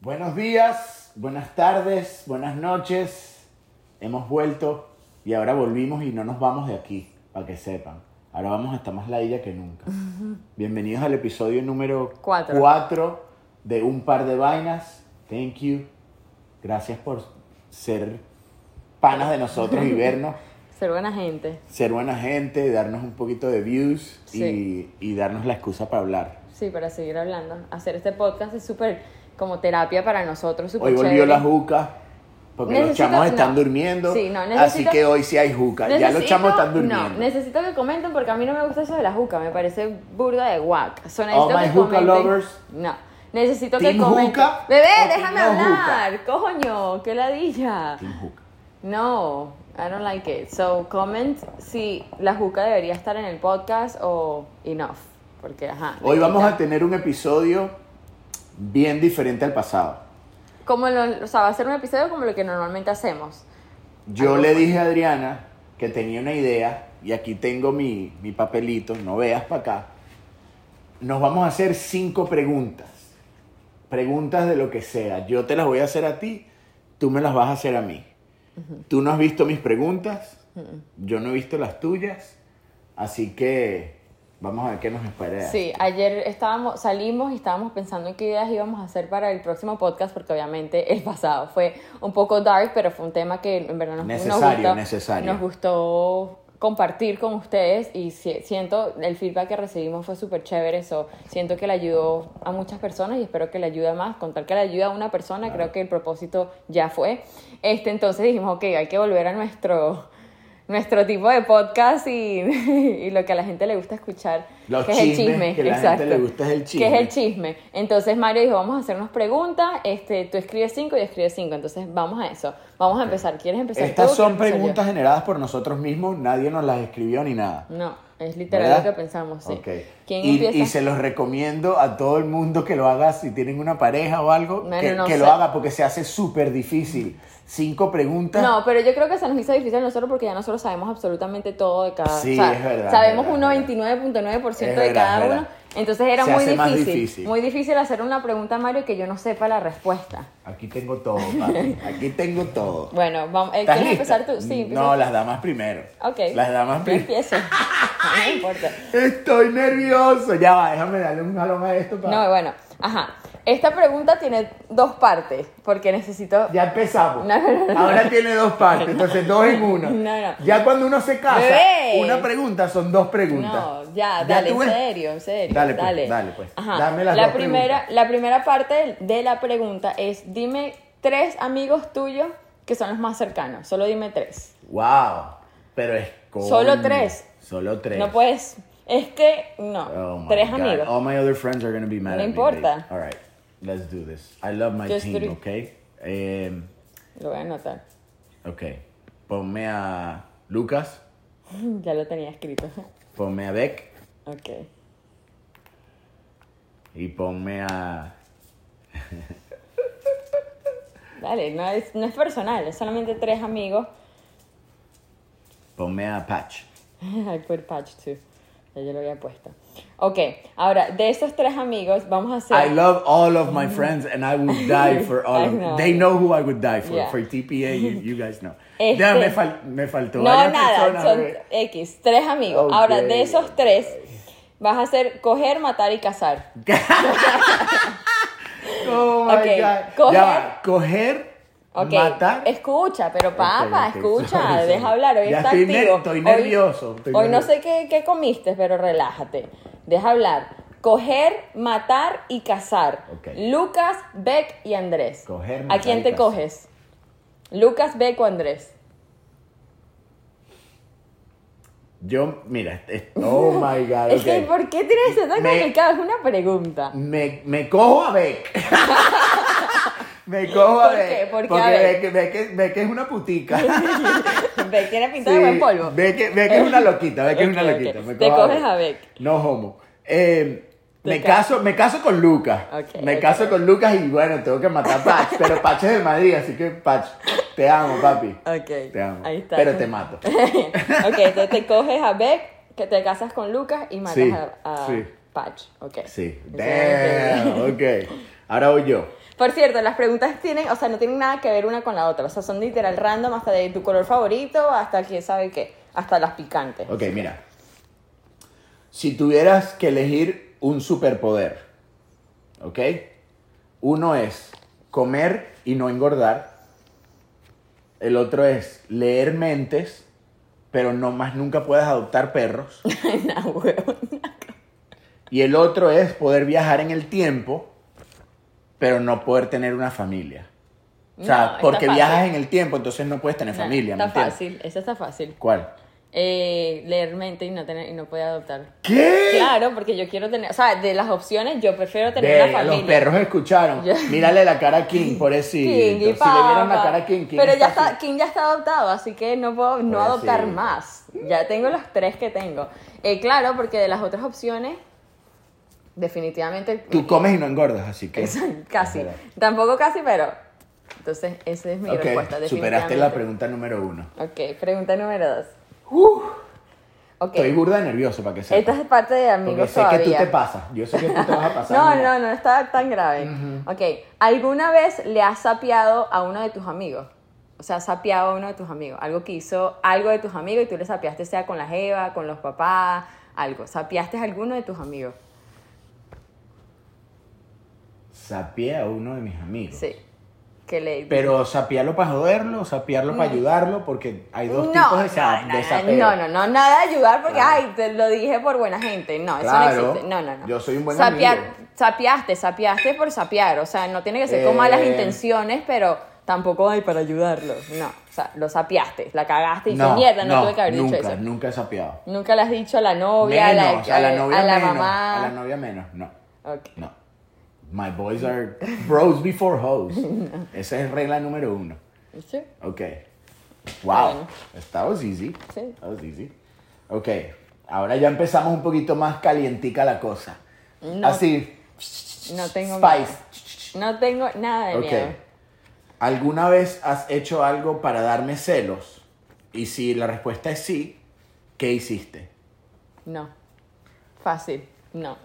Buenos días, buenas tardes, buenas noches. Hemos vuelto y ahora volvimos y no nos vamos de aquí, para que sepan. Ahora vamos a estar más ladilla que nunca. Bienvenidos al episodio número Cuatro. 4 de Un Par de Vainas. Thank you. Gracias por ser panas de nosotros y vernos, Ser buena gente. ser buena gente, darnos un poquito de views y- Sí. y darnos la excusa para hablar. Sí, para seguir hablando. Hacer este podcast es súper como terapia para nosotros. Súper Hoy volvió chévere. la juca. Porque Necesito- los chamos están no. durmiendo. Sí, no, así necesito- que hoy sí hay juca. ya los Necesito- chamos están No, durmiendo. necesito que comenten porque a mí no me gusta eso de la juca. Me parece burda de guac. So, All necesito Oh, my que juca comenten. lovers. No. Necesito que Team comenten. juca Bebé, o team déjame no hablar. Coño, qué ladilla. Team juca. No, I don't like it. So comment si la juca debería estar en el podcast o enough. Porque, ajá. Hoy vamos necesita- a tener un episodio bien diferente al pasado. Como lo, o sea, va a ser un episodio como lo que normalmente hacemos. Yo Algo le bueno. dije a Adriana que tenía una idea y aquí tengo mi, mi papelito, no veas para acá. Nos vamos a hacer cinco preguntas. Preguntas de lo que sea. Yo te las voy a hacer a ti, tú me las vas a hacer a mí. Tú no has visto mis preguntas, yo no he visto las tuyas, así que vamos a ver qué nos espera. Sí, ayer estábamos, salimos y estábamos pensando en qué ideas íbamos a hacer para el próximo podcast, porque obviamente el pasado fue un poco dark, pero fue un tema que en verdad nos, nos Necesario, gustó. necesario. Nos gustó compartir con ustedes y si- siento el feedback que recibimos fue súper chévere, eso siento que le ayudó a muchas personas y espero que le ayude a más, con tal que le ayude a una persona, creo que el propósito ya fue. Este, entonces dijimos, ok, hay que volver a nuestro nuestro tipo de podcast y, y lo que a la gente le gusta escuchar, Los que es el chismes chisme, que la gente exacto. le gusta es el chisme. Que es el chisme. Entonces Mario dijo, vamos a hacernos preguntas, este, tú escribes cinco y yo escribo cinco, entonces vamos a eso. Vamos a empezar. ¿Quieres empezar Estas tú son o quieres empezar yo? preguntas generadas por nosotros mismos, nadie nos las escribió ni nada. No, es literal ¿Verdad? lo que pensamos, sí. Ok. ¿Quién y, empieza? y se los recomiendo a todo el mundo que lo haga si tienen una pareja o algo, Bueno, que, no que sé. lo haga porque se hace súper difícil. Cinco preguntas. No, pero yo creo que se nos hizo difícil a nosotros porque ya nosotros sabemos absolutamente todo de cada. Sí, o sea, es verdad, Sabemos es un verdad, 99.9% Es de verdad, es cada verdad. uno. Entonces era Se muy hace más difícil, difícil. Muy difícil hacer una pregunta a Mario que yo no sepa la respuesta. Aquí tengo todo, papi. Aquí tengo todo. Bueno, vamos. eh, ¿Estás ¿Quieres lista? empezar tú? Sí, empieza. No, las damas primero. Ok. Las damas Yo primero. empiezo. Ah, No me importa. Estoy nervioso. Ya va, déjame darle un jalón a esto. Para... No, bueno. Ajá. Esta pregunta tiene dos partes porque necesito. Ya empezamos. No, no, no, no. Ahora tiene dos partes, entonces dos en una. No, no. Ya cuando uno se casa, Bebé. una pregunta son dos preguntas. No, ya, dale, tú en ves. serio, en serio. Dale, Dale, pues, dale, pues. Ajá. Dame las la dos primera, preguntas. La primera parte del- de la pregunta es, dime tres amigos tuyos que son los más cercanos. Solo dime tres. Wow. Pero es coño. Solo tres. Solo tres. No puedes... Es que, no. Oh my tres God. amigos. All my other friends are gonna be mad No at me, importa. babe. All right. Let's do this. I love my Just team, three. okay? Em, Lo voy a anotar. okay. Ponme a Lucas, Ya lo tenía escrito. ponme a Beck Ok. y ponme a Dale, no es, no es personal, es solamente tres amigos. ponme a Patch. I put patch too. Ya yo lo había puesto. Ok, ahora, de esos tres amigos, vamos a hacer... I love all of my friends, and I would die for all of Mm. I them. know. They know who I would die for. Yeah. For TPA, you, you guys know. Este- Ya me, fal- me faltó. No, varias nada, personas, son bebé. X, tres amigos. Ok. Ahora, de esos tres, vas a hacer coger, matar y cazar. Oh my Ok, God. coger- Ya va, coger, Ok, matar. escucha, pero papá, ok, escucha, sorry, sorry. deja hablar, hoy Ya está estoy ner- activo. estoy Hoy- nervioso, estoy hoy no nervioso. sé qué, qué comiste, pero relájate, deja hablar. Coger, matar y cazar. Ok. Lucas, Beck y Andrés. Coger, ¿A matar y quién te cazar. coges? Lucas, Beck o Andrés. Yo, mira, es- oh my God. Es que, ok. ¿por qué tienes esto tan Me- complicado? Es una pregunta. Me, me cojo a Beck. me cojo a ¿Por qué? Beck. ¿Por qué a Porque Beck? Beck, Beck- Beck es una putica. Beck tiene pinta de buen polvo. Ve que, ve que es una loquita, ve que es una Ok, ok. loquita. Me Te cojo coges a Beck. No homo. Eh, Te me, ca- caso, me caso con Lucas. Ok, me ok. caso con Lucas y bueno, tengo que matar a Patch. pero Patch es de Madrid, así que Patch, te amo, papi. Ok, Te amo. ahí está. Pero te mato. ok, entonces te coges a Beck, que te casas con Lucas y matas Sí, a, a sí. Patch. Ok. Sí. Eso es lo que- Damn, ok. Ahora voy yo. Por cierto, las preguntas tienen, o sea, no tienen nada que ver una con la otra. O sea, son literal random, hasta de tu color favorito, hasta quién sabe qué, hasta las picantes. Ok, mira. Si tuvieras que elegir un superpoder, ¿ok? Uno es comer y no engordar. El otro es leer mentes, pero no más nunca puedes adoptar perros. Nah, huevón. Y el otro es poder viajar en el tiempo, pero no poder tener una familia. O No, sea, está porque fácil. viajas en el tiempo, entonces no puedes tener Nah, familia. ¿me Está entiendes? fácil, esa está fácil. ¿Cuál? Eh, leer mente y no tener y no poder adoptar. ¿Qué? Claro, porque yo quiero tener, o sea, de las opciones yo prefiero tener Verga, una familia. los perros escucharon. Yo- Mírale la cara a King, pobrecito. King y si le Papa. vieron la cara a King, King Pero está ya está, así. Pues King ya está adoptado, así que no puedo no Pobrecito. adoptar más. Ya tengo los tres que tengo. Eh, claro, porque de las otras opciones, definitivamente. Tú comes y no engordas, así que. casi. Es verdad. Tampoco casi, pero. Entonces, esa es mi Ok, respuesta. superaste la definitivamente. pregunta número uno. Ok, pregunta número dos. ok, Estoy burda de nervioso para que sepas. esta es parte de amigos Porque sé todavía. que tú te pasas. Yo sé que tú te vas a pasar. No, mira. no, no está tan grave. Ok, ¿alguna vez le has sapeado a uno de tus amigos? O sea, sapeado a uno de tus amigos. Algo que hizo algo de tus amigos y tú le sapeaste, sea con la jeva, con los papás, algo. ¿Sapeaste a alguno de tus amigos? Sapié a uno de mis amigos. Sí. Que le... Pero sapiarlo para joderlo, sapiarlo para ayudarlo, porque hay dos no, tipos no, de, sa- de sapeo. no, no, no, nada de ayudar porque, ay, te lo dije por buena gente. No, eso Claro. no existe. No, no, no. Yo soy un buen amigo. Sapeaste, sapeaste por sapear. O sea, no tiene que ser con malas Eh. intenciones, pero tampoco hay para ayudarlo. No, o sea, lo sapeaste, la cagaste y dices, No, mierda, no, no, tuve que haber nunca, dicho eso. Nunca he sapeado. Nunca le has dicho a la novia, menos, a la, a la novia a la menos, mamá. A la novia menos, no, Ok. no. My boys are bros before hoes. Esa es regla número uno. Sí. Ok. Wow. Bueno. That was easy. Sí. That was easy. Ok. Ahora ya empezamos un poquito más calientica la cosa. No. Así. No tengo Spice. No tengo nada de Ok. miedo. ¿Alguna vez has hecho algo para darme celos? Y si la respuesta es sí, ¿qué hiciste? No. Fácil. No.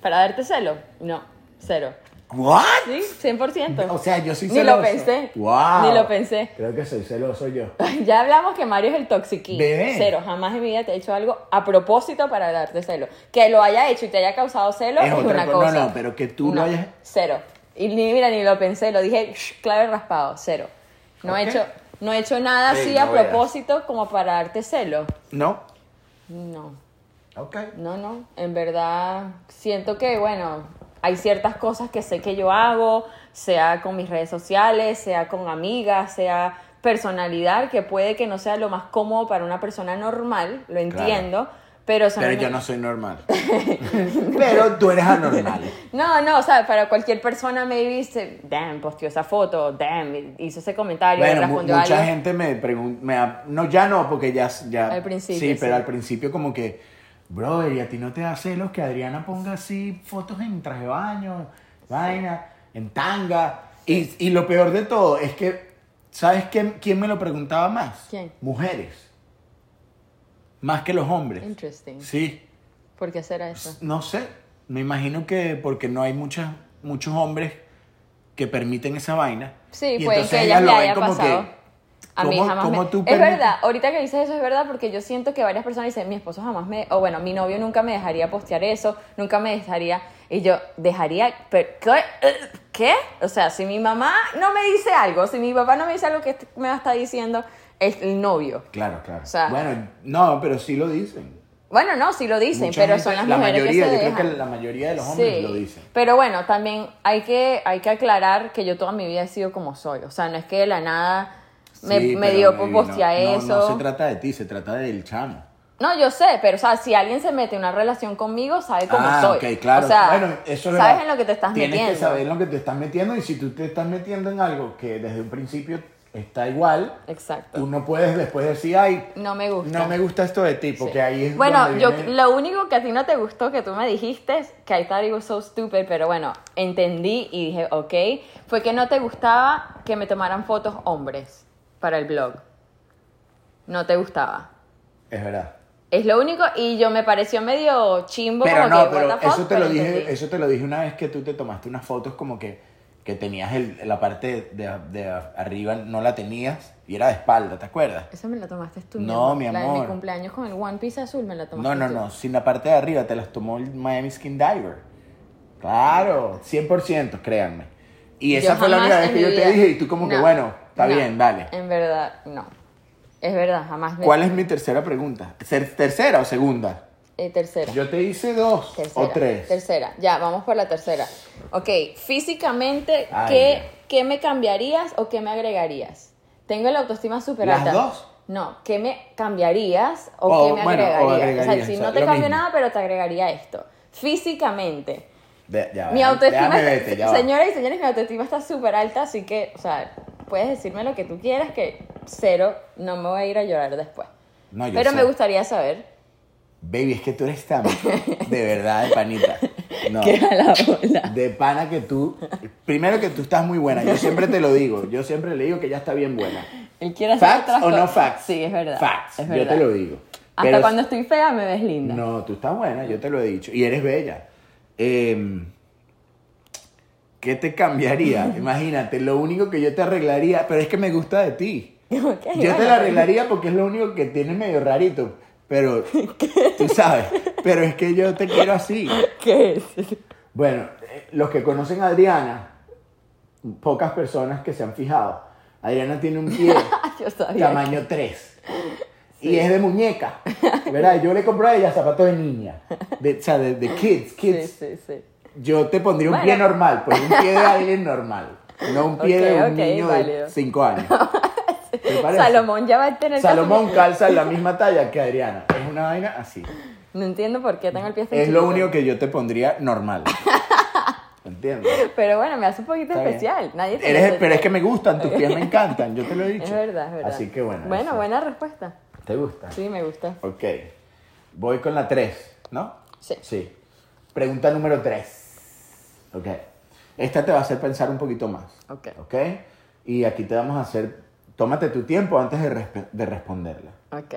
¿Para darte celo? No. Cero. ¿What? Sí, 100%. O sea, yo soy Ni celoso. lo pensé. Wow. Ni lo pensé. Creo que soy celoso yo. Ya hablamos que Mario es el toxiquín. Bebé. Cero. Jamás en mi vida te he hecho algo a propósito para darte celo. Que lo haya hecho y te haya causado celo es, Es otra una co- no, cosa. no, pero que tú lo hayas- Cero. Y ni, mira, ni lo pensé. Lo dije shh, clave raspado. Cero. No he Ok. hecho... No he hecho nada Sí, así no a veas. propósito como para darte celo. ¿No? No. Ok. No, no, en verdad siento que, bueno, hay ciertas cosas que sé que yo hago, sea con mis redes sociales, sea con amigas, sea personalidad, que puede que no sea lo más cómodo para una persona normal, lo entiendo, pero... eso Pero me- yo no soy normal. pero tú eres anormal. No, no, o sea, para cualquier persona me dice, damn, posteó esa foto, damn, hizo ese comentario, Bueno, mu- respondió mucha algo". gente me pregunta, no, ya no, porque ya, ya. Al principio, Sí, pero sí. al principio como que, brother, y a ti no te da celos que Adriana ponga así fotos en traje de baño, vaina, en tanga. Y, y lo peor de todo es que, ¿sabes qué, quién me lo preguntaba más? ¿Quién? Mujeres. Más que los hombres. Interesting. Sí. ¿Por qué será eso? No sé, me imagino que porque no hay muchas, muchos hombres que permiten esa vaina. Sí, Y puede entonces que ellas lo le ven haya como que, pasado. A mí ¿cómo- jamás cómo me... tú es permites? verdad, ahorita que dices eso es verdad porque yo siento que varias personas dicen, mi esposo jamás me... O bueno, mi novio nunca me dejaría postear eso, nunca me dejaría... Y yo, ¿dejaría? Pero, ¿qué? Eh, ¿Qué? O sea, si mi mamá no me dice algo, si mi papá no me dice algo que me va a estar diciendo es el novio. Claro, claro. O sea- bueno, no, pero sí lo dicen. Bueno, no, sí lo dicen, Mucha pero gente- son las la mujeres mayoría, que se yo dejan. creo que la mayoría de los hombres Sí, lo dicen. Pero bueno, también hay que, hay que aclarar que yo toda mi vida he sido como soy. O sea, no es que de la nada me, Sí, me pero dio baby, por no- postear no- eso. No, se trata de ti, se trata del chamo. No, yo sé, pero o sea, si alguien se mete en una relación conmigo, sabe cómo ah, soy. ok, claro. O sea, bueno, eso es sabes verdad. en lo que te estás Tienes metiendo. que saber en lo que te estás metiendo y si tú te estás metiendo en algo que desde un principio está igual, Exacto. tú no puedes después decir, ay, No me gusta. No me gusta esto de ti, Sí. porque ahí es Bueno, donde yo viene- lo único que a ti no te gustó que tú me dijiste, es que I thought it was so stupid, pero bueno, entendí y dije, ok, fue que no te gustaba que me tomaran fotos hombres para el blog. No te gustaba. Es verdad. Es lo único, y yo me pareció medio chimbo Pero como no, que, what pero the fuck, eso te, lo pero dije, entendí. eso te lo dije una vez que tú te tomaste unas fotos como que que tenías el- la parte de, de arriba, no la tenías y era de espalda, ¿te acuerdas? Esa me la tomaste tú. No, mi La de mi amor. cumpleaños con el One Piece azul me la tomaste No, no, tú. no, sin la parte de arriba, te las tomó el Miami Skin Diver. Claro, 100%, créanme. Y Yo esa fue la jamás única vez en que mi yo te vida- dije y tú como que, No, bueno, está no, bien, dale. En verdad, no. Es verdad, jamás. me- ¿Cuál es mi tercera pregunta? ¿Ser- ¿Tercera o segunda? Eh, tercera. Yo te hice dos Tercera, o tres. Tercera, ya, vamos por la tercera. Ok, físicamente, Ay, ¿qué, Dios. ¿qué me cambiarías o qué me agregarías? Tengo la autoestima súper ¿Las alta. dos? No, ¿qué me cambiarías o, O, qué me bueno, o agregarías? o sea, agregarías, si o sea, no te lo cambio mismo. nada, pero te agregaría esto. Físicamente. De- ya va, Mi autoestima, Ah, déjame verte, ya va. señoras y señores, mi autoestima está súper alta, así que, o sea, puedes decirme lo que tú quieras, que cero, no me voy a ir a llorar después. No, yo Pero sé. me gustaría saber Baby, es que tú eres tan... De verdad, de panita. No. qué era la bola. De pana que tú... Primero que tú estás muy buena. Yo siempre te lo digo. Yo siempre le digo que ya está bien buena. Él quiere hacer ¿Facts otras o no cosas. facts? Sí, es verdad. Facts. es Yo verdad. te lo digo. Hasta Pero- cuando estoy fea me ves linda. No, tú estás buena, yo te lo he dicho. Y eres bella. Em, ¿Qué te cambiaría? Imagínate, lo único que yo te arreglaría, pero es que me gusta de ti. Ok, Yo te bueno, la arreglaría porque es lo único que tienes medio rarito, pero tú sabes, pero es que yo te quiero así. ¿Qué es? Bueno, eh, los que conocen a Adriana, pocas personas que se han fijado. Adriana tiene un pie Ah, Yo sabía. tamaño 3. Y es de muñeca. ¿Verdad? Yo le compré a ella zapatos de niña. De, o sea, de, de kids, Sí, kids. sí, sí. Yo te pondría un Bueno. pie normal, pues un pie de alguien normal. No un pie de Ok, un ok, niño válido. de 5 años. ¿Te parece? Salomón ya va a tener Salomón que- calza la misma talla que Adriana. Es una vaina así. No entiendo por qué tengo el pie tan Es lo chiquito. único que yo te pondría normal. ¿Entiendes? Pero bueno, me hace un poquito Está bien. especial. Nadie te Eres, hace- pero es que me gustan, tus pies me encantan, yo te lo he dicho. Es verdad, es verdad. Así que bueno. Bueno, eso. buena respuesta. ¿Te gusta? Sí, me gusta. Ok. Voy con la 3, ¿no? Sí. Sí. Pregunta número 3. Ok. Esta te va a hacer pensar un poquito más. Ok. Ok. Y aquí te vamos a hacer. Tómate tu tiempo antes de, resp- de responderla. Ok.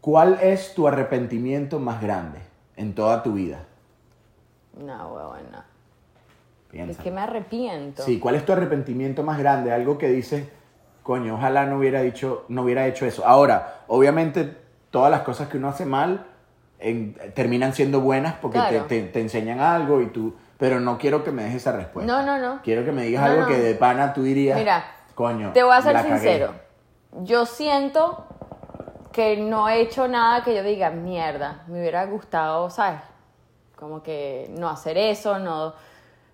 ¿Cuál es tu arrepentimiento más grande en toda tu vida? No, huevón, no. Es Piensa. que me arrepiento. Sí, ¿cuál es tu arrepentimiento más grande? Algo que dices, coño, ojalá no hubiera, dicho, no hubiera hecho eso. Ahora, obviamente, todas las cosas que uno hace mal en- terminan siendo buenas porque te- Claro. te, te enseñan algo y tú... Pero no quiero que me dejes esa respuesta. No, no, no. Quiero que me digas No, algo no. que de pana tú dirías, Mira, coño, Te voy a ser la cagué. sincero. Yo siento que no he hecho nada que yo diga, mierda, me hubiera gustado, ¿sabes? Como que no hacer eso, no.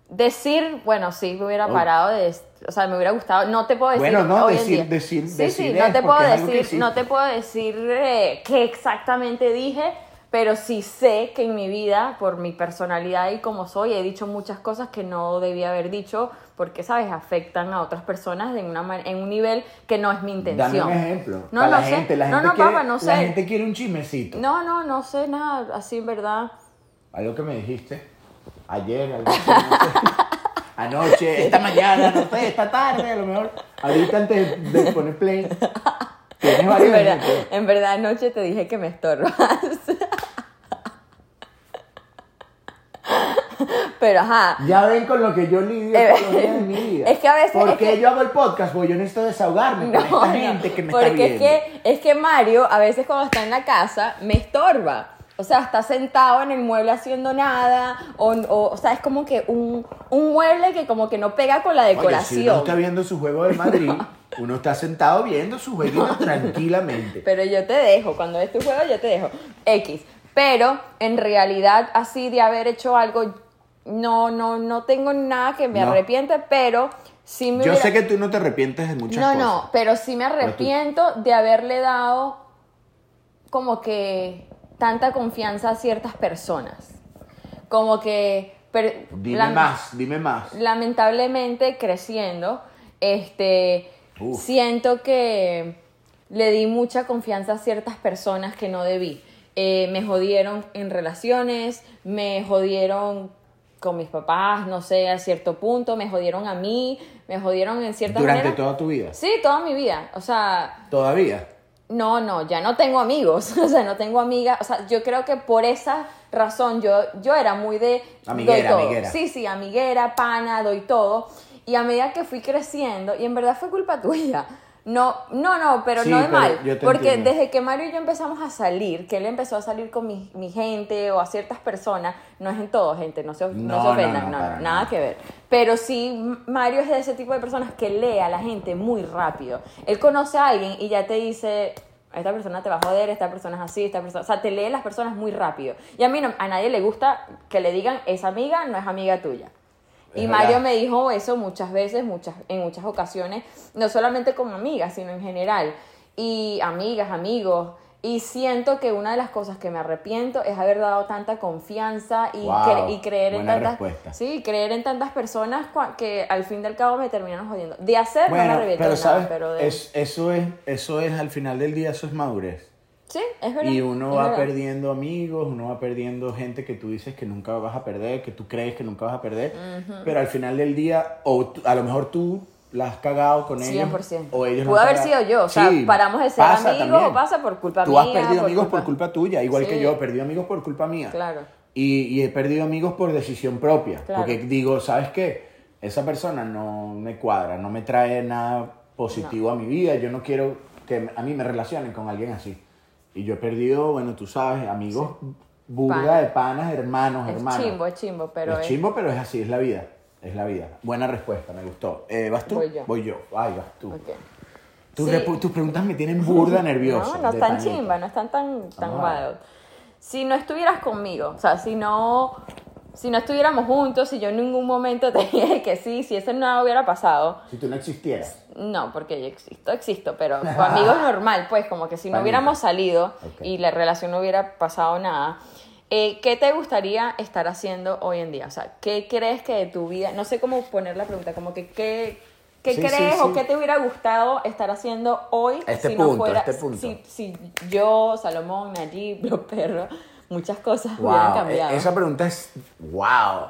Decir, bueno, sí, me hubiera Oh. parado de. O sea, me hubiera gustado. No te puedo decir. Bueno, no, hoy en decir- día. decir- Sí, sí, decir es, no te porque puedo es algo que decir, hiciste. no te puedo decir eh, qué exactamente dije, pero sí sé que en mi vida, por mi personalidad y como soy, he dicho muchas cosas que no debía haber dicho, porque, ¿sabes? Afectan a otras personas en, una, man- en un nivel que no es mi intención. Dame un ejemplo. No, Para no la sé. gente, la no, gente no, quiere, papá, no sé. La gente quiere un chismecito. No, no, no sé nada, así en verdad. Algo que me dijiste ayer, algo así, no sé. anoche, esta mañana, no sé, esta tarde, a lo mejor. Ahorita antes de poner play. Tienes En varios verdad, ejemplos. en verdad, anoche te dije que me estorbas. Pero ajá. Ya ven con lo que yo lidio Eh, todos los días de mi vida. es que a veces- es ¿Por qué que- yo hago el podcast? Porque yo necesito desahogarme con No, esta no, gente que me porque está viendo. es que es que Mario a veces cuando está en la casa me estorba. O sea, está sentado en el mueble haciendo nada. O, o, o sea, es como que un, un mueble que como que no pega con la Oye, si uno decoración. está viendo su juego de Madrid, uno está sentado viendo su jueguito tranquilamente. Pero yo te dejo, cuando ves tu juego yo te dejo. X. Pero en realidad así de haber hecho algo, no, no, no tengo nada que me No. arrepiente, pero sí me Yo hubiera- sé que tú no te arrepientes de muchas no, cosas. no, pero sí me arrepiento de haberle dado como que tanta confianza a ciertas personas. Como que... per- Dime la- más, dime más. lamentablemente creciendo, este, Uf. siento que le di mucha confianza a ciertas personas que no debí. Eh, me jodieron en relaciones, me jodieron con mis papás, no sé, a cierto punto, me jodieron a mí, me jodieron en cierta Durante manera. toda tu vida. Sí, toda mi vida. O sea, Todavía. No, no, ya no tengo amigos, o sea, no tengo amigas, o sea, yo creo que por esa razón yo, yo era muy de... Amiguera, doy todo. amiguera. Sí, sí, amiguera, pana, doy todo. Y a medida que fui creciendo, y en verdad fue culpa tuya, no, no, no, pero Sí, no de pero mal, yo te porque entiendo. desde que Mario y yo empezamos a salir, que él empezó a salir con mi, mi gente o a ciertas personas, no es en todo, gente, no se, of- no No, se no, ofendan, no, no, para nada nada. que ver. Pero sí, Mario es de ese tipo de personas que lee a la gente muy rápido. Él conoce a alguien y ya te dice, esta persona te va a joder, esta persona es así, esta persona... O sea, te lee las personas muy rápido. Y a mí no- a nadie le gusta que le digan, es amiga, no es amiga tuya. Es y Mario verdad. me dijo eso muchas veces, muchas, en muchas ocasiones, no solamente como amiga, sino en general. Y amigas, amigos. Y siento que una de las cosas que me arrepiento es haber dado tanta confianza y, Wow, cre- y creer en buena tantas... respuesta. Sí, creer en tantas personas cua- que al fin del cabo me terminaron jodiendo. De hacer no me Bueno, arrepiento pero de nada, sabes, pero de... Es- eso, es, eso es, al final del día, eso es madurez. Sí, es verdad. Y uno es va verdad. perdiendo amigos, uno va perdiendo gente que tú dices que nunca vas a perder, que tú crees que nunca vas a perder, pero al final del día, o tú- a lo mejor tú la has cagado con ellos, 100%. o ellos la Pudo han haber cagado. sido yo, o sea, Sí, paramos de ser pasa amigos también. o pasa por culpa Tú has mía, perdido por amigos por culpa- culpa tuya, igual que Sí. yo, perdí amigos por culpa mía. Claro. Y, y he perdido amigos por decisión propia. Claro. Porque digo, ¿sabes qué? Esa persona no me cuadra, no me trae nada positivo a mi vida. Yo no quiero que me- a mí me relacionen con alguien así. Y yo he perdido, bueno, tú sabes, amigos burda Pana. de panas, hermanos, Es hermanos. chimbo, es chimbo, pero es, es... chimbo, pero es así, es la vida. Es la vida. Buena respuesta, me gustó. Eh, ¿Vas tú? Voy yo. Ay, vas tú. Ok. Tus, Sí. repu- tus preguntas me tienen burda nerviosa. No, no de están panita. chimba, no están tan, tan Ah. wild. Si no estuvieras conmigo, o sea, si no, si no estuviéramos juntos, si yo en ningún momento te dije que sí, si eso no hubiera pasado, Si tú no existieras. No, porque yo existo, existo, pero con amigos normal, pues, como que si no Panita. hubiéramos salido Ok. y la relación no hubiera pasado nada, eh, ¿qué te gustaría estar haciendo hoy en día? O sea, ¿qué crees que de tu vida, no sé cómo poner la pregunta, como que qué, qué Sí, sí, crees o sí. qué te hubiera gustado estar haciendo hoy Este si no punto, fuera, este punto. Si, si yo, Salomón, Nayib, los perros, muchas cosas hubieran Wow, cambiado? e- esa pregunta es wow.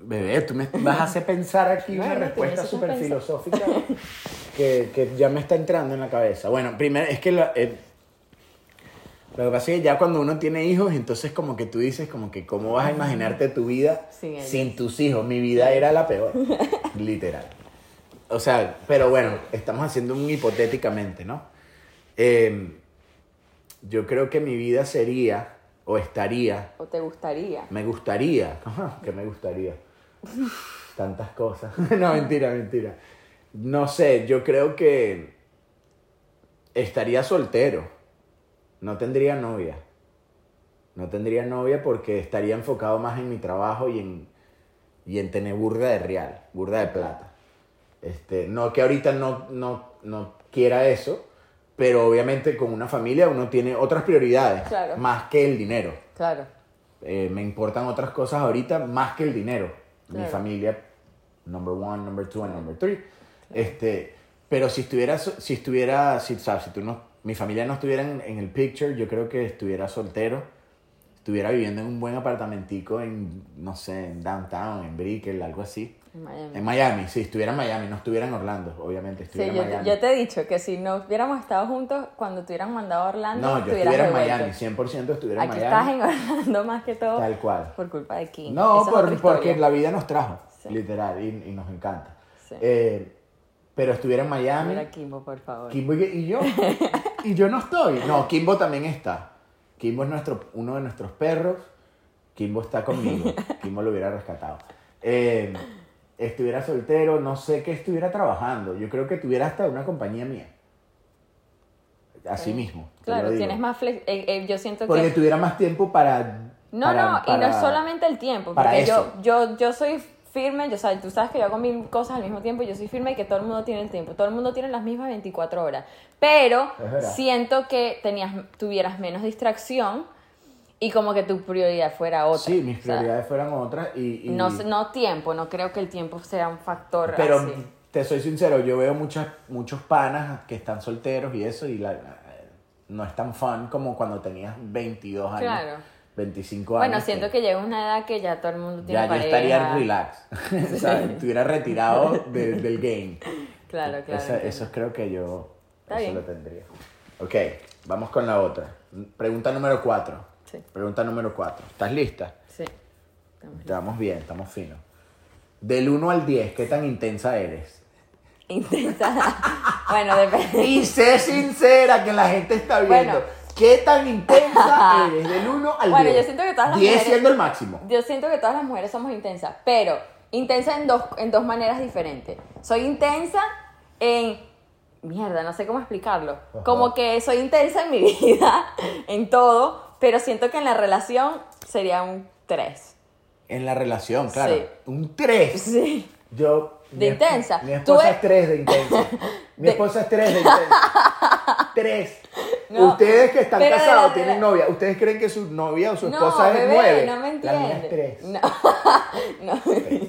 Bebé, tú me vas a hacer pensar aquí una Bueno, te respuesta necesitas súper filosófica que, que ya me está entrando en la cabeza. Bueno, primero es que la- eh, lo que pasa es que ya cuando uno tiene hijos, entonces como que tú dices como que cómo vas a imaginarte tu vida Sin sin, ellos. tus hijos. Mi vida era la peor, literal. O sea, pero bueno, estamos haciendo un hipotéticamente, ¿no? Em, yo creo que mi vida sería o estaría ¿O te gustaría? me gustaría. Ajá, que me gustaría. Tantas cosas. no, mentira, mentira. No sé, yo creo que estaría soltero. No tendría novia. No tendría novia porque estaría enfocado más en mi trabajo y en, y en tener burda de real, burda de plata. Este, no que ahorita no, no, no quiera eso, pero obviamente con una familia uno tiene otras prioridades, Claro. más que el dinero Claro. eh, me importan otras cosas ahorita más que el dinero. Mi Claro. familia, number one, number two, and number three. Este, pero si estuviera, so- si estuviera, si, o sea, si tú no, mi familia no estuviera en, en el picture, yo creo que estuviera soltero, estuviera viviendo en un buen apartamentico en, no sé, en downtown, en Brickell, algo así. en Miami. En Miami, si estuviera en Miami, no estuviera en Orlando, obviamente, Sí, estuviera yo, en Miami. yo te he dicho que si no hubiéramos estado juntos, cuando te hubieran mandado a Orlando, no, yo estuvieras estuviera en revuelto. Miami, 100% estuviera en Aquí estás Miami. en Orlando más que todo Tal cual. por culpa de Kim. No, Esa es por- otra historia. porque la vida nos trajo, Sí. literal, y, y nos encanta. Sí. Eh, pero estuviera en Miami, Mira, Kimbo, por favor. Kimbo y, y yo, y yo no estoy. No, Kimbo también está. Kimbo es nuestro, uno de nuestros perros. Kimbo está conmigo. Kimbo lo hubiera rescatado. Eh, estuviera soltero, no sé qué estuviera trabajando. Yo creo que tuviera hasta una compañía mía. Así mismo. te lo Claro, digo. tienes más flex... eh, eh, yo siento Porque que... tuviera más tiempo para... No, para- no, y no para- es solamente el tiempo, para porque eso. yo, yo, yo soy firme, yo, o sea, tú sabes que yo hago mil cosas al mismo tiempo, y yo soy firme y que todo el mundo tiene el tiempo, todo el mundo tiene las mismas 24 horas, pero Es verdad. siento que tenías, tuvieras menos distracción y como que tu prioridad fuera otra. Sí, mis o sea, prioridades fueran otras y... y- no, sé- no tiempo, no creo que el tiempo sea un factor Pero así. te soy sincero, yo veo muchas, muchos panas que están solteros y eso, y la- la- no es tan fun como cuando tenías 22 años, Claro. 25 años. Bueno, siento que llega una edad que ya todo el mundo tiene ya yo pareja. estaría relax, ¿sabes? estuviera retirado de- del game. Claro, claro. Esa- entiendo. eso creo que yo Está eso bien. lo tendría. Ok, vamos con la otra. Pregunta número cuatro. Sí. Pregunta número cuatro. ¿Estás lista? Sí. Estamos bien. Estamos bien, estamos finos. Del 1 al 10, ¿qué tan intensa eres? Intensa. bueno, depende. Y sé sincera, que la gente está viendo. Bueno. ¿Qué tan intensa eres? Del 1 al 10. Bueno, yo siento que todas las 10 mujeres- siendo el máximo. Yo siento que todas las mujeres somos intensas, pero intensa en dos, en dos maneras diferentes. Soy intensa en... Mierda, no sé cómo explicarlo. Ajá. Como que soy intensa en mi vida, en todo, pero siento que en la relación sería un 3. En la relación, claro. Sí. Un 3. Sí. Yo. De mi esp- intensa. Mi Tú esposa eres- es 3 de intensa. Mi De- esposa es 3 de intensa. 3. No. Ustedes que están Pero de la- casados, de tienen la- novia. ¿Ustedes creen que su novia o su no, esposa es bebé, 9? no me La mía es entiendes. 3. No, no.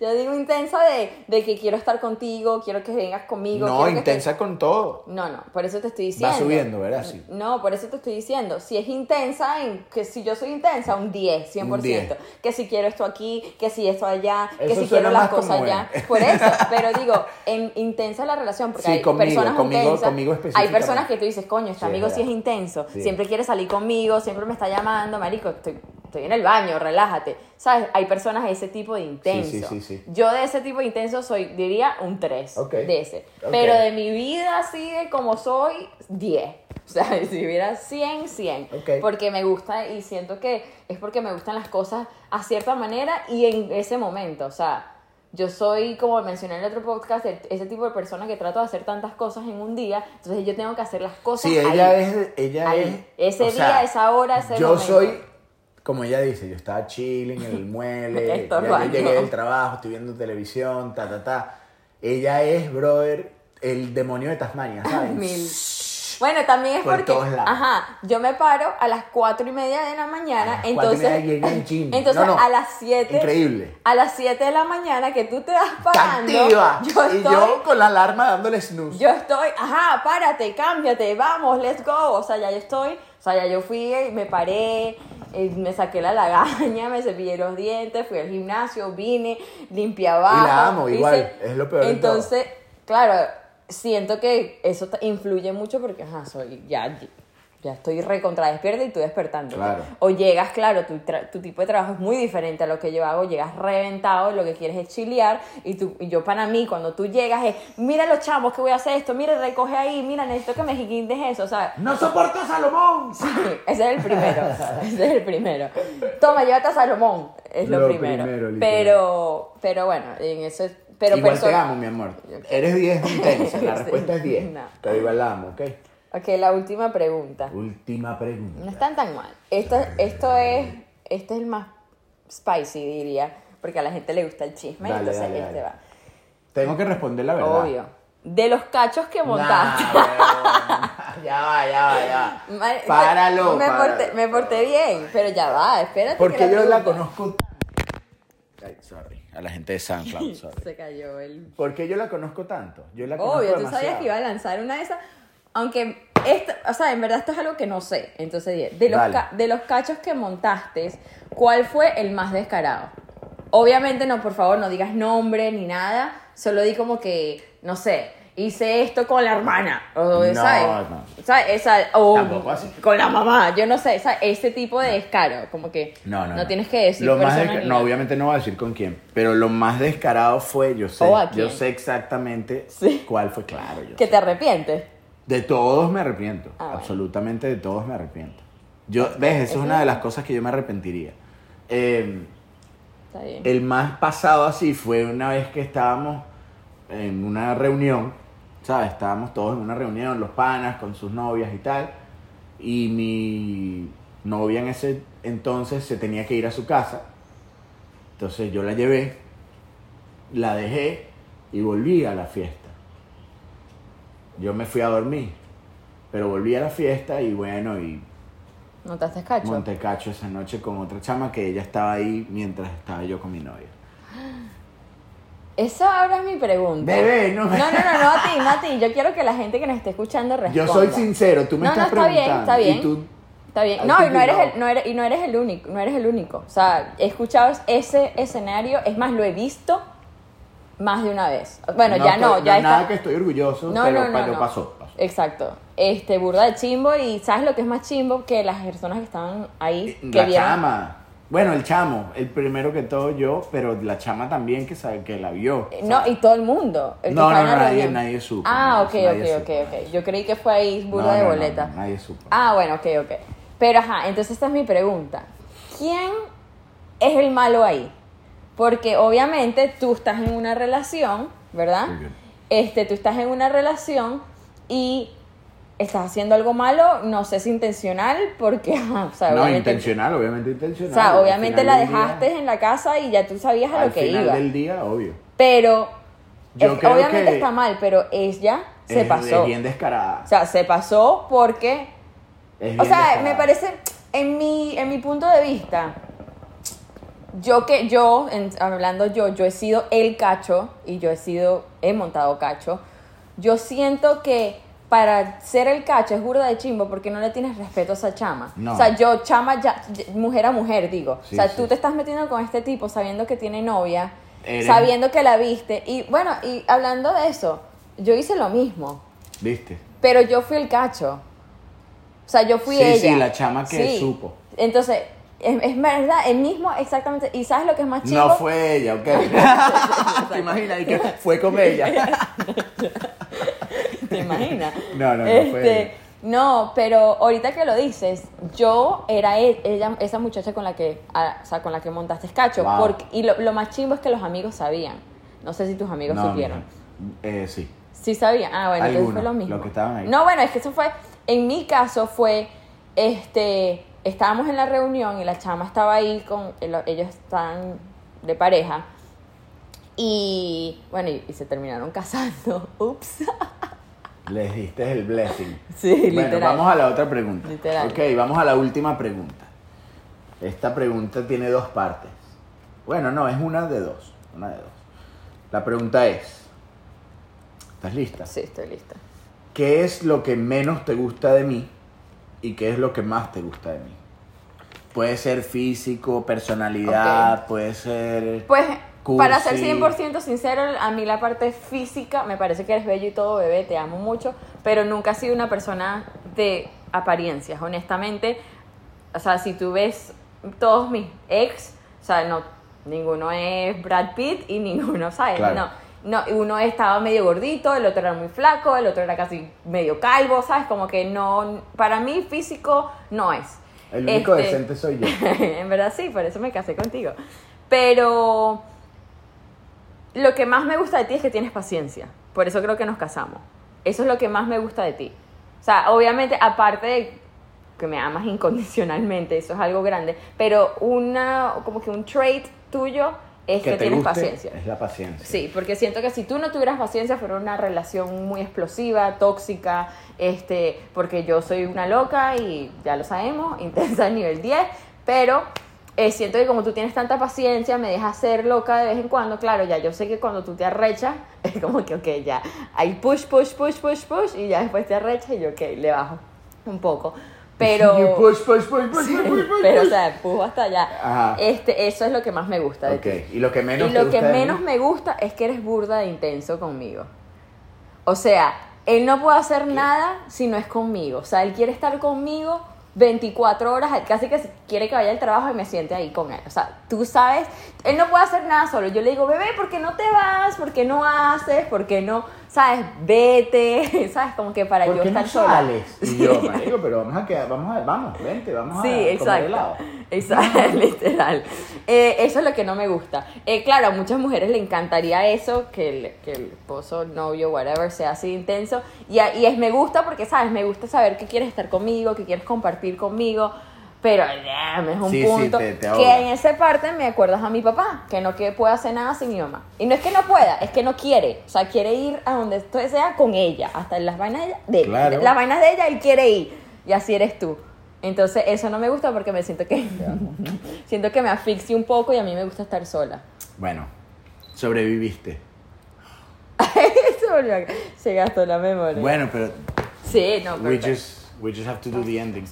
Yo digo intensa de, de que quiero estar contigo, quiero que vengas conmigo. No, quiero que estés- intensa con todo. No, no, por eso te estoy diciendo. subiendo, ¿verdad? Sí. No, por eso te estoy diciendo. Si es intensa, en, que si yo soy intensa, un 10, 100%. Un 10. Que si quiero esto aquí, que si esto allá, que Eso si suena quiero las más como cosas allá. él. Por eso, pero digo, en intensa la relación, porque Sí, hay conmigo, personas conmigo- intensas. conmigo hay específicamente. personas que tú dices, coño, este Sí, es amigo sí es verdad. intenso, Sí. siempre quiere salir conmigo, siempre me está llamando, marico, estoy, estoy en el baño, relájate. ¿Sabes? Hay personas de ese tipo de intenso. sí, sí, sí. Yo de ese tipo de intenso soy, diría, un 3 Ok. de ese. Ok. Pero de mi vida así de como soy, 10. O sea, si hubiera 100, 100. Ok. Porque me gusta y siento que es porque me gustan las cosas a cierta manera y en ese momento. O sea, yo soy, como mencioné en el otro podcast, el- ese tipo de persona que trato de hacer tantas cosas en un día. Entonces yo tengo que hacer las cosas Sí, ahí. ella es. Ella Ahí. es Ese día, esa hora, ese Yo momento. soy, como ella dice, yo estaba chilling en el muelle, ya yo Estorbando. llegué del trabajo, estoy viendo televisión, ta, ta, ta. Ella es, brother, el demonio de Tasmania, ¿sabes? Mil. Bueno, también es Por porque, todos lados. ajá, yo me paro a las cuatro y media de la A mañana, las cuatro y entonces, media llegué al gym. entonces No, no. a las siete, Increíble. a las 7 de la mañana que tú te vas Está parando, activa. yo Y estoy, yo con la alarma dándole snooze. yo estoy, ajá, párate, cámbiate, vamos, let's go, o sea, ya yo estoy, o sea, ya yo fui, eh, me paré, eh, me saqué la lagaña, me cepillé los dientes, fui al gimnasio, vine, limpié abajo, Y la amo, hice- igual, es lo peor de todo. Entonces, claro, siento que eso ta- influye mucho porque, ajá, soy, ya, ya estoy recontra despierta y tú despertando. Claro. O llegas, claro, tu, tra- tu tipo de trabajo es muy diferente a lo que yo hago, llegas reventado, lo que quieres es chilear y, tú, y yo para mí, cuando tú llegas es, mira los chamos que voy a hacer esto, mira, recoge ahí, mira, necesito que me guindes eso, ¿sabes? ¡No soporto a Salomón! Ese es el primero, ese es el primero. Toma, llévate a Salomón, es lo, Lo primero. primero, literal. pero, pero bueno, en eso es- pero igual te perso- amo, mi amor. Eres 10 de intensa, la Sí. respuesta es 10. No. Pero igual la amo, ¿ok? Ok, la última pregunta. Última pregunta. No están tan mal. Esto, esto es. Este es el más spicy, diría. Porque a la gente le gusta el chisme. Dale, entonces dale, este dale. Tengo que responder la va. verdad. Obvio. De los cachos que montaste. Nah, weón. ya va, ya va, ya va. Ma- Páralo, Me, páralo. Porté, me porté bien, pero ya va, espérate. que Porque yo la pregunta- conozco tanto. Ay, sorry. A la gente de SoundCloud, sorry. Se cayó el. ¿Por qué yo la conozco tanto? Yo la conozco Obvio, tú sabías demasiado. que iba a lanzar una de esas. Aunque, esto, o sea, en verdad esto es algo que no sé. Entonces, dije, de los, Dale. ca- de los cachos que montaste, ¿cuál fue el más descarado? Obviamente, no, por favor, no digas nombre ni nada. Solo di como que, no sé, hice esto con la hermana. O, No, ¿sabes? no. ¿Sabes? Esa, o Tampoco así. con la mamá. Yo no sé, ¿sabes? ese tipo de descaro. Como que No, no, tienes que decir Lo más persona desca- ni No, nada. obviamente no voy a decir con quién. Pero lo más descarado fue, yo sé, ¿O a yo quién? sé exactamente Sí. cuál fue. Claro, yo Que sé. te arrepientes. De todos me arrepiento. Ah, bueno. Absolutamente de todos me arrepiento. Yo, ves, eso es una de las cosas que yo me arrepentiría. Eh, Está bien. El más pasado así fue una vez que estábamos en una reunión, ¿sabes? Estábamos todos en una reunión, los panas con sus novias y tal. Y mi novia en ese entonces se tenía que ir a su casa. Entonces yo la llevé, la dejé y volví a la fiesta. Yo me fui a dormir, pero volví a la fiesta y bueno, y Montaste cacho. Montecacho esa noche con otra chama que ella estaba ahí mientras estaba yo con mi novia. Esa ahora es mi pregunta. Bebé, no No, me- no, no, no a ti, no a ti. Yo quiero que la gente que nos esté escuchando responda. Yo soy sincero, tú me No, estás no, está bien, preguntando. está bien. Y tú, Está bien. Ahí No, te y no eres, pillaba. el, no eres- y no eres el único, no eres el único. O sea, he escuchado ese escenario, es más, lo he visto más de una vez. Bueno, ya estoy- no, ya está. Nada que estoy orgulloso, No, pero, no, no, pero no. pasó, pasó. Exacto. Este, burda de chimbo y ¿sabes lo que es más chimbo? Que las personas que estaban ahí, que La vieron- chama. Bueno, el chamo, el primero que todo yo, pero la chama también que sabe que la vio. Eh, No, y todo el mundo. El que No, no, estaba en la nadie- reunión. nadie supo, nadie- Ah, ok, nadie ok, supo, ok, ok. Yo creí que fue ahí burda No, de no, no, boleta. no, nadie supo. Ah, bueno, ok, ok. Pero ajá, entonces esta es mi pregunta. ¿Quién es el malo ahí? Porque obviamente tú estás en una relación, ¿verdad? Muy bien. Este, tú estás en una relación y estás haciendo algo malo, no sé si intencional, porque ajá, o sea, no, obviamente- intencional, obviamente intencional. O sea, Al obviamente final la del día- dejaste en la casa y ya tú sabías a al lo que final iba. del día, obvio. Pero Yo es- creo obviamente que está mal, pero ella se es, pasó. Es bien descarada. O sea, se pasó porque. es bien O sea, descarada. me parece. En mi, en mi punto de vista, yo que yo, en- hablando yo, yo he sido el cacho y yo he sido, he montado cacho. Yo siento que para ser el cacho es burda de chimbo porque no le tienes respeto a esa chama. No. O sea, yo chama, ya, ya- mujer a mujer, digo. Sí, o sea, sí, tú sí. te estás metiendo con este tipo sabiendo que tiene novia, Eres- sabiendo que la viste. Y bueno, y hablando de eso, yo hice lo mismo, ¿Viste? pero yo fui el cacho. O sea, yo fui Sí, ella. sí, la chama que supo. Entonces, es, es verdad, el mismo exactamente. ¿Y sabes lo que es más chido? No fue ella, ok. Te imaginas, y que fue con ella. ¿Te imaginas? No, no, no Este, fue. no, pero ahorita que lo dices, yo era e- ella, esa muchacha con la que, ah, o sea, con la que montaste cacho. Wow. porque- y lo, lo más chimbo es que los amigos sabían. No sé si tus amigos No, supieron. mira, Eh, sí. Sí sabían. Ah, bueno, entonces fue Algunos, lo mismo. los que estaban ahí. No, bueno, es que eso fue, en mi caso fue, este, estábamos en la reunión y la chama estaba ahí con, el- ellos están de pareja. Y bueno, y, y se terminaron casando. Ups. Les diste el blessing. Sí, bueno, literal. vamos a la otra pregunta. Literal. Ok, vamos a la última pregunta. Esta pregunta tiene dos partes. Bueno, no, es una de dos. Una de dos. La pregunta es: ¿Estás lista? Sí, estoy lista. ¿Qué es lo que menos te gusta de mí y qué es lo que más te gusta de mí? Puede ser físico, personalidad, puede ser. Pues, Cursi. para ser 100% sincero, a mí la parte física, me parece que eres bello y todo, bebé, te amo mucho, pero nunca he sido una persona de apariencias, honestamente. O sea, si tú ves todos mis ex, o sea, no, ninguno es Brad Pitt y ninguno, ¿sabes? Claro. No. No, uno estaba medio gordito, el otro era muy flaco, el otro era casi medio calvo, ¿sabes? Como que no, para mí físico no es. El único Este- decente soy yo. en verdad sí, por eso me casé contigo. Pero lo que más me gusta de ti es que tienes paciencia. Por eso creo que nos casamos. Eso es lo que más me gusta de ti. O sea, obviamente, aparte de que me amas incondicionalmente, eso es algo grande, pero una, como que un trait tuyo es que, te tienes guste paciencia. Es la paciencia. Sí, porque siento que si tú no tuvieras paciencia fuera una relación muy explosiva, tóxica, este, porque yo soy una loca y ya lo sabemos, intensa al nivel 10, pero eh, siento que como tú tienes tanta paciencia, me dejas ser loca de vez en cuando, claro, ya yo sé que cuando tú te arrechas, es como que, ok, ya, hay push, push, push, push, push, y ya después te arrechas y yo, ok, le bajo un poco, pero... You push, push, push, push, push, push, push. Pero, o sea, pujo hasta allá. Ajá. Este, eso es lo que más me gusta de Ok, ti. Y lo que menos Y te lo que gusta de menos mí? me gusta es que eres burda de intenso conmigo. O sea, él no puede hacer nada si no es conmigo. O sea, él quiere estar conmigo 24 horas, casi que quiere que vaya al trabajo y me siente ahí con él. O sea, tú sabes, él no puede hacer nada solo. Yo le digo, bebé, ¿por qué no te vas? ¿Por qué no haces? ¿Por qué no, sabes, vete? ¿Sabes? Como que para ¿Por yo qué estar no sola. sales? Y yo, Sí. marico, pero vamos a quedar, vamos a, vamos, vente, vamos a Sí, comer exacto. helado. Exacto, literal. Eh, eso es lo que no me gusta. Eh, claro, a muchas mujeres le encantaría eso, que el, que el esposo, novio, whatever, sea así de intenso. Y, a- y es me gusta porque, ¿sabes? Me gusta saber que quieres estar conmigo, que quieres compartir conmigo. Pero damn, es un Sí, sí, punto te- te que ahoga. en esa parte me acuerdas a mi papá, que no que pueda hacer nada sin mi mamá. Y no es que no pueda, es que no quiere. O sea, quiere ir a donde esto sea con ella, hasta en las vainas de ella. de- Claro. las vainas de ella, él quiere ir. Y así eres tú. Entonces, eso no me gusta porque me siento que. siento que me asfixio un poco y a mí me gusta estar sola. Bueno, sobreviviste. Se volvió a- Se gastó la memoria. Bueno, pero sí, no, we perfecto. just, we just have to do the ending.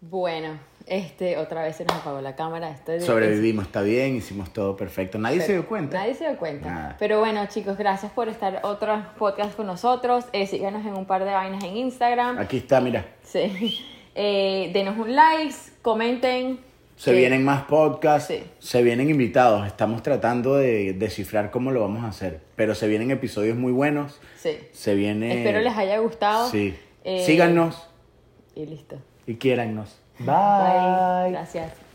Bueno, Este, otra vez se nos apagó la cámara. Este, Sobrevivimos, está bien, hicimos todo perfecto. Nadie se dio cuenta. Nadie se dio cuenta. Nada. Pero bueno, chicos, gracias por estar otro podcast con nosotros. Eh, síganos en un par de vainas en Instagram. Aquí está, mira. Sí. Eh, denos un like, comenten. Se que- vienen más podcasts, Sí. se vienen invitados. Estamos tratando de descifrar cómo lo vamos a hacer. Pero se vienen episodios muy buenos. Sí. Se viene. Espero les haya gustado. Sí. Eh, Síganos Y listo. y quiérannos. Bye. Bye. Gracias.